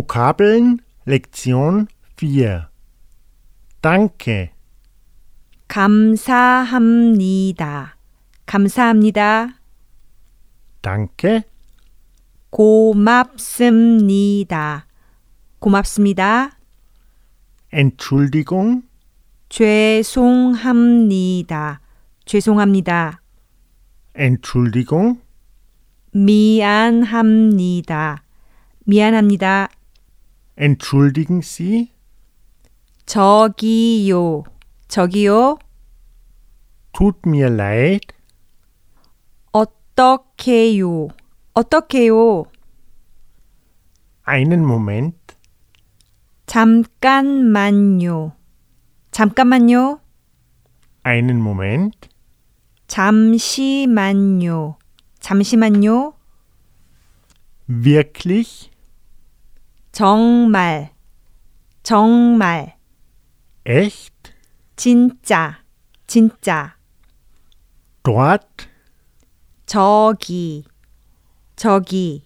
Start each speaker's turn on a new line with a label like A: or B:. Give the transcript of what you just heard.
A: Vokabeln Lektion 4 Danke,
B: 감사합니다. 감사합니다.
A: danke,
B: 고맙습니다. 고맙습니다.
A: Entschuldigung,
B: 죄송합니다. 죄송합니다.
A: Entschuldigung,
B: 미안합니다. 미안합니다.
A: entschuldigen Sie,
B: 저기요. 저기요.
A: tut mir leid,
B: 어떻게요? 어떻게요?
A: einen Moment,
B: 잠깐만요. 잠깐만요.
A: einen Moment,
B: 잠시만요. 잠시만요.
A: wirklich,
B: 정말. 정말.
A: echt,
B: 진짜. 진짜.
A: dort,
B: 저기. 저기.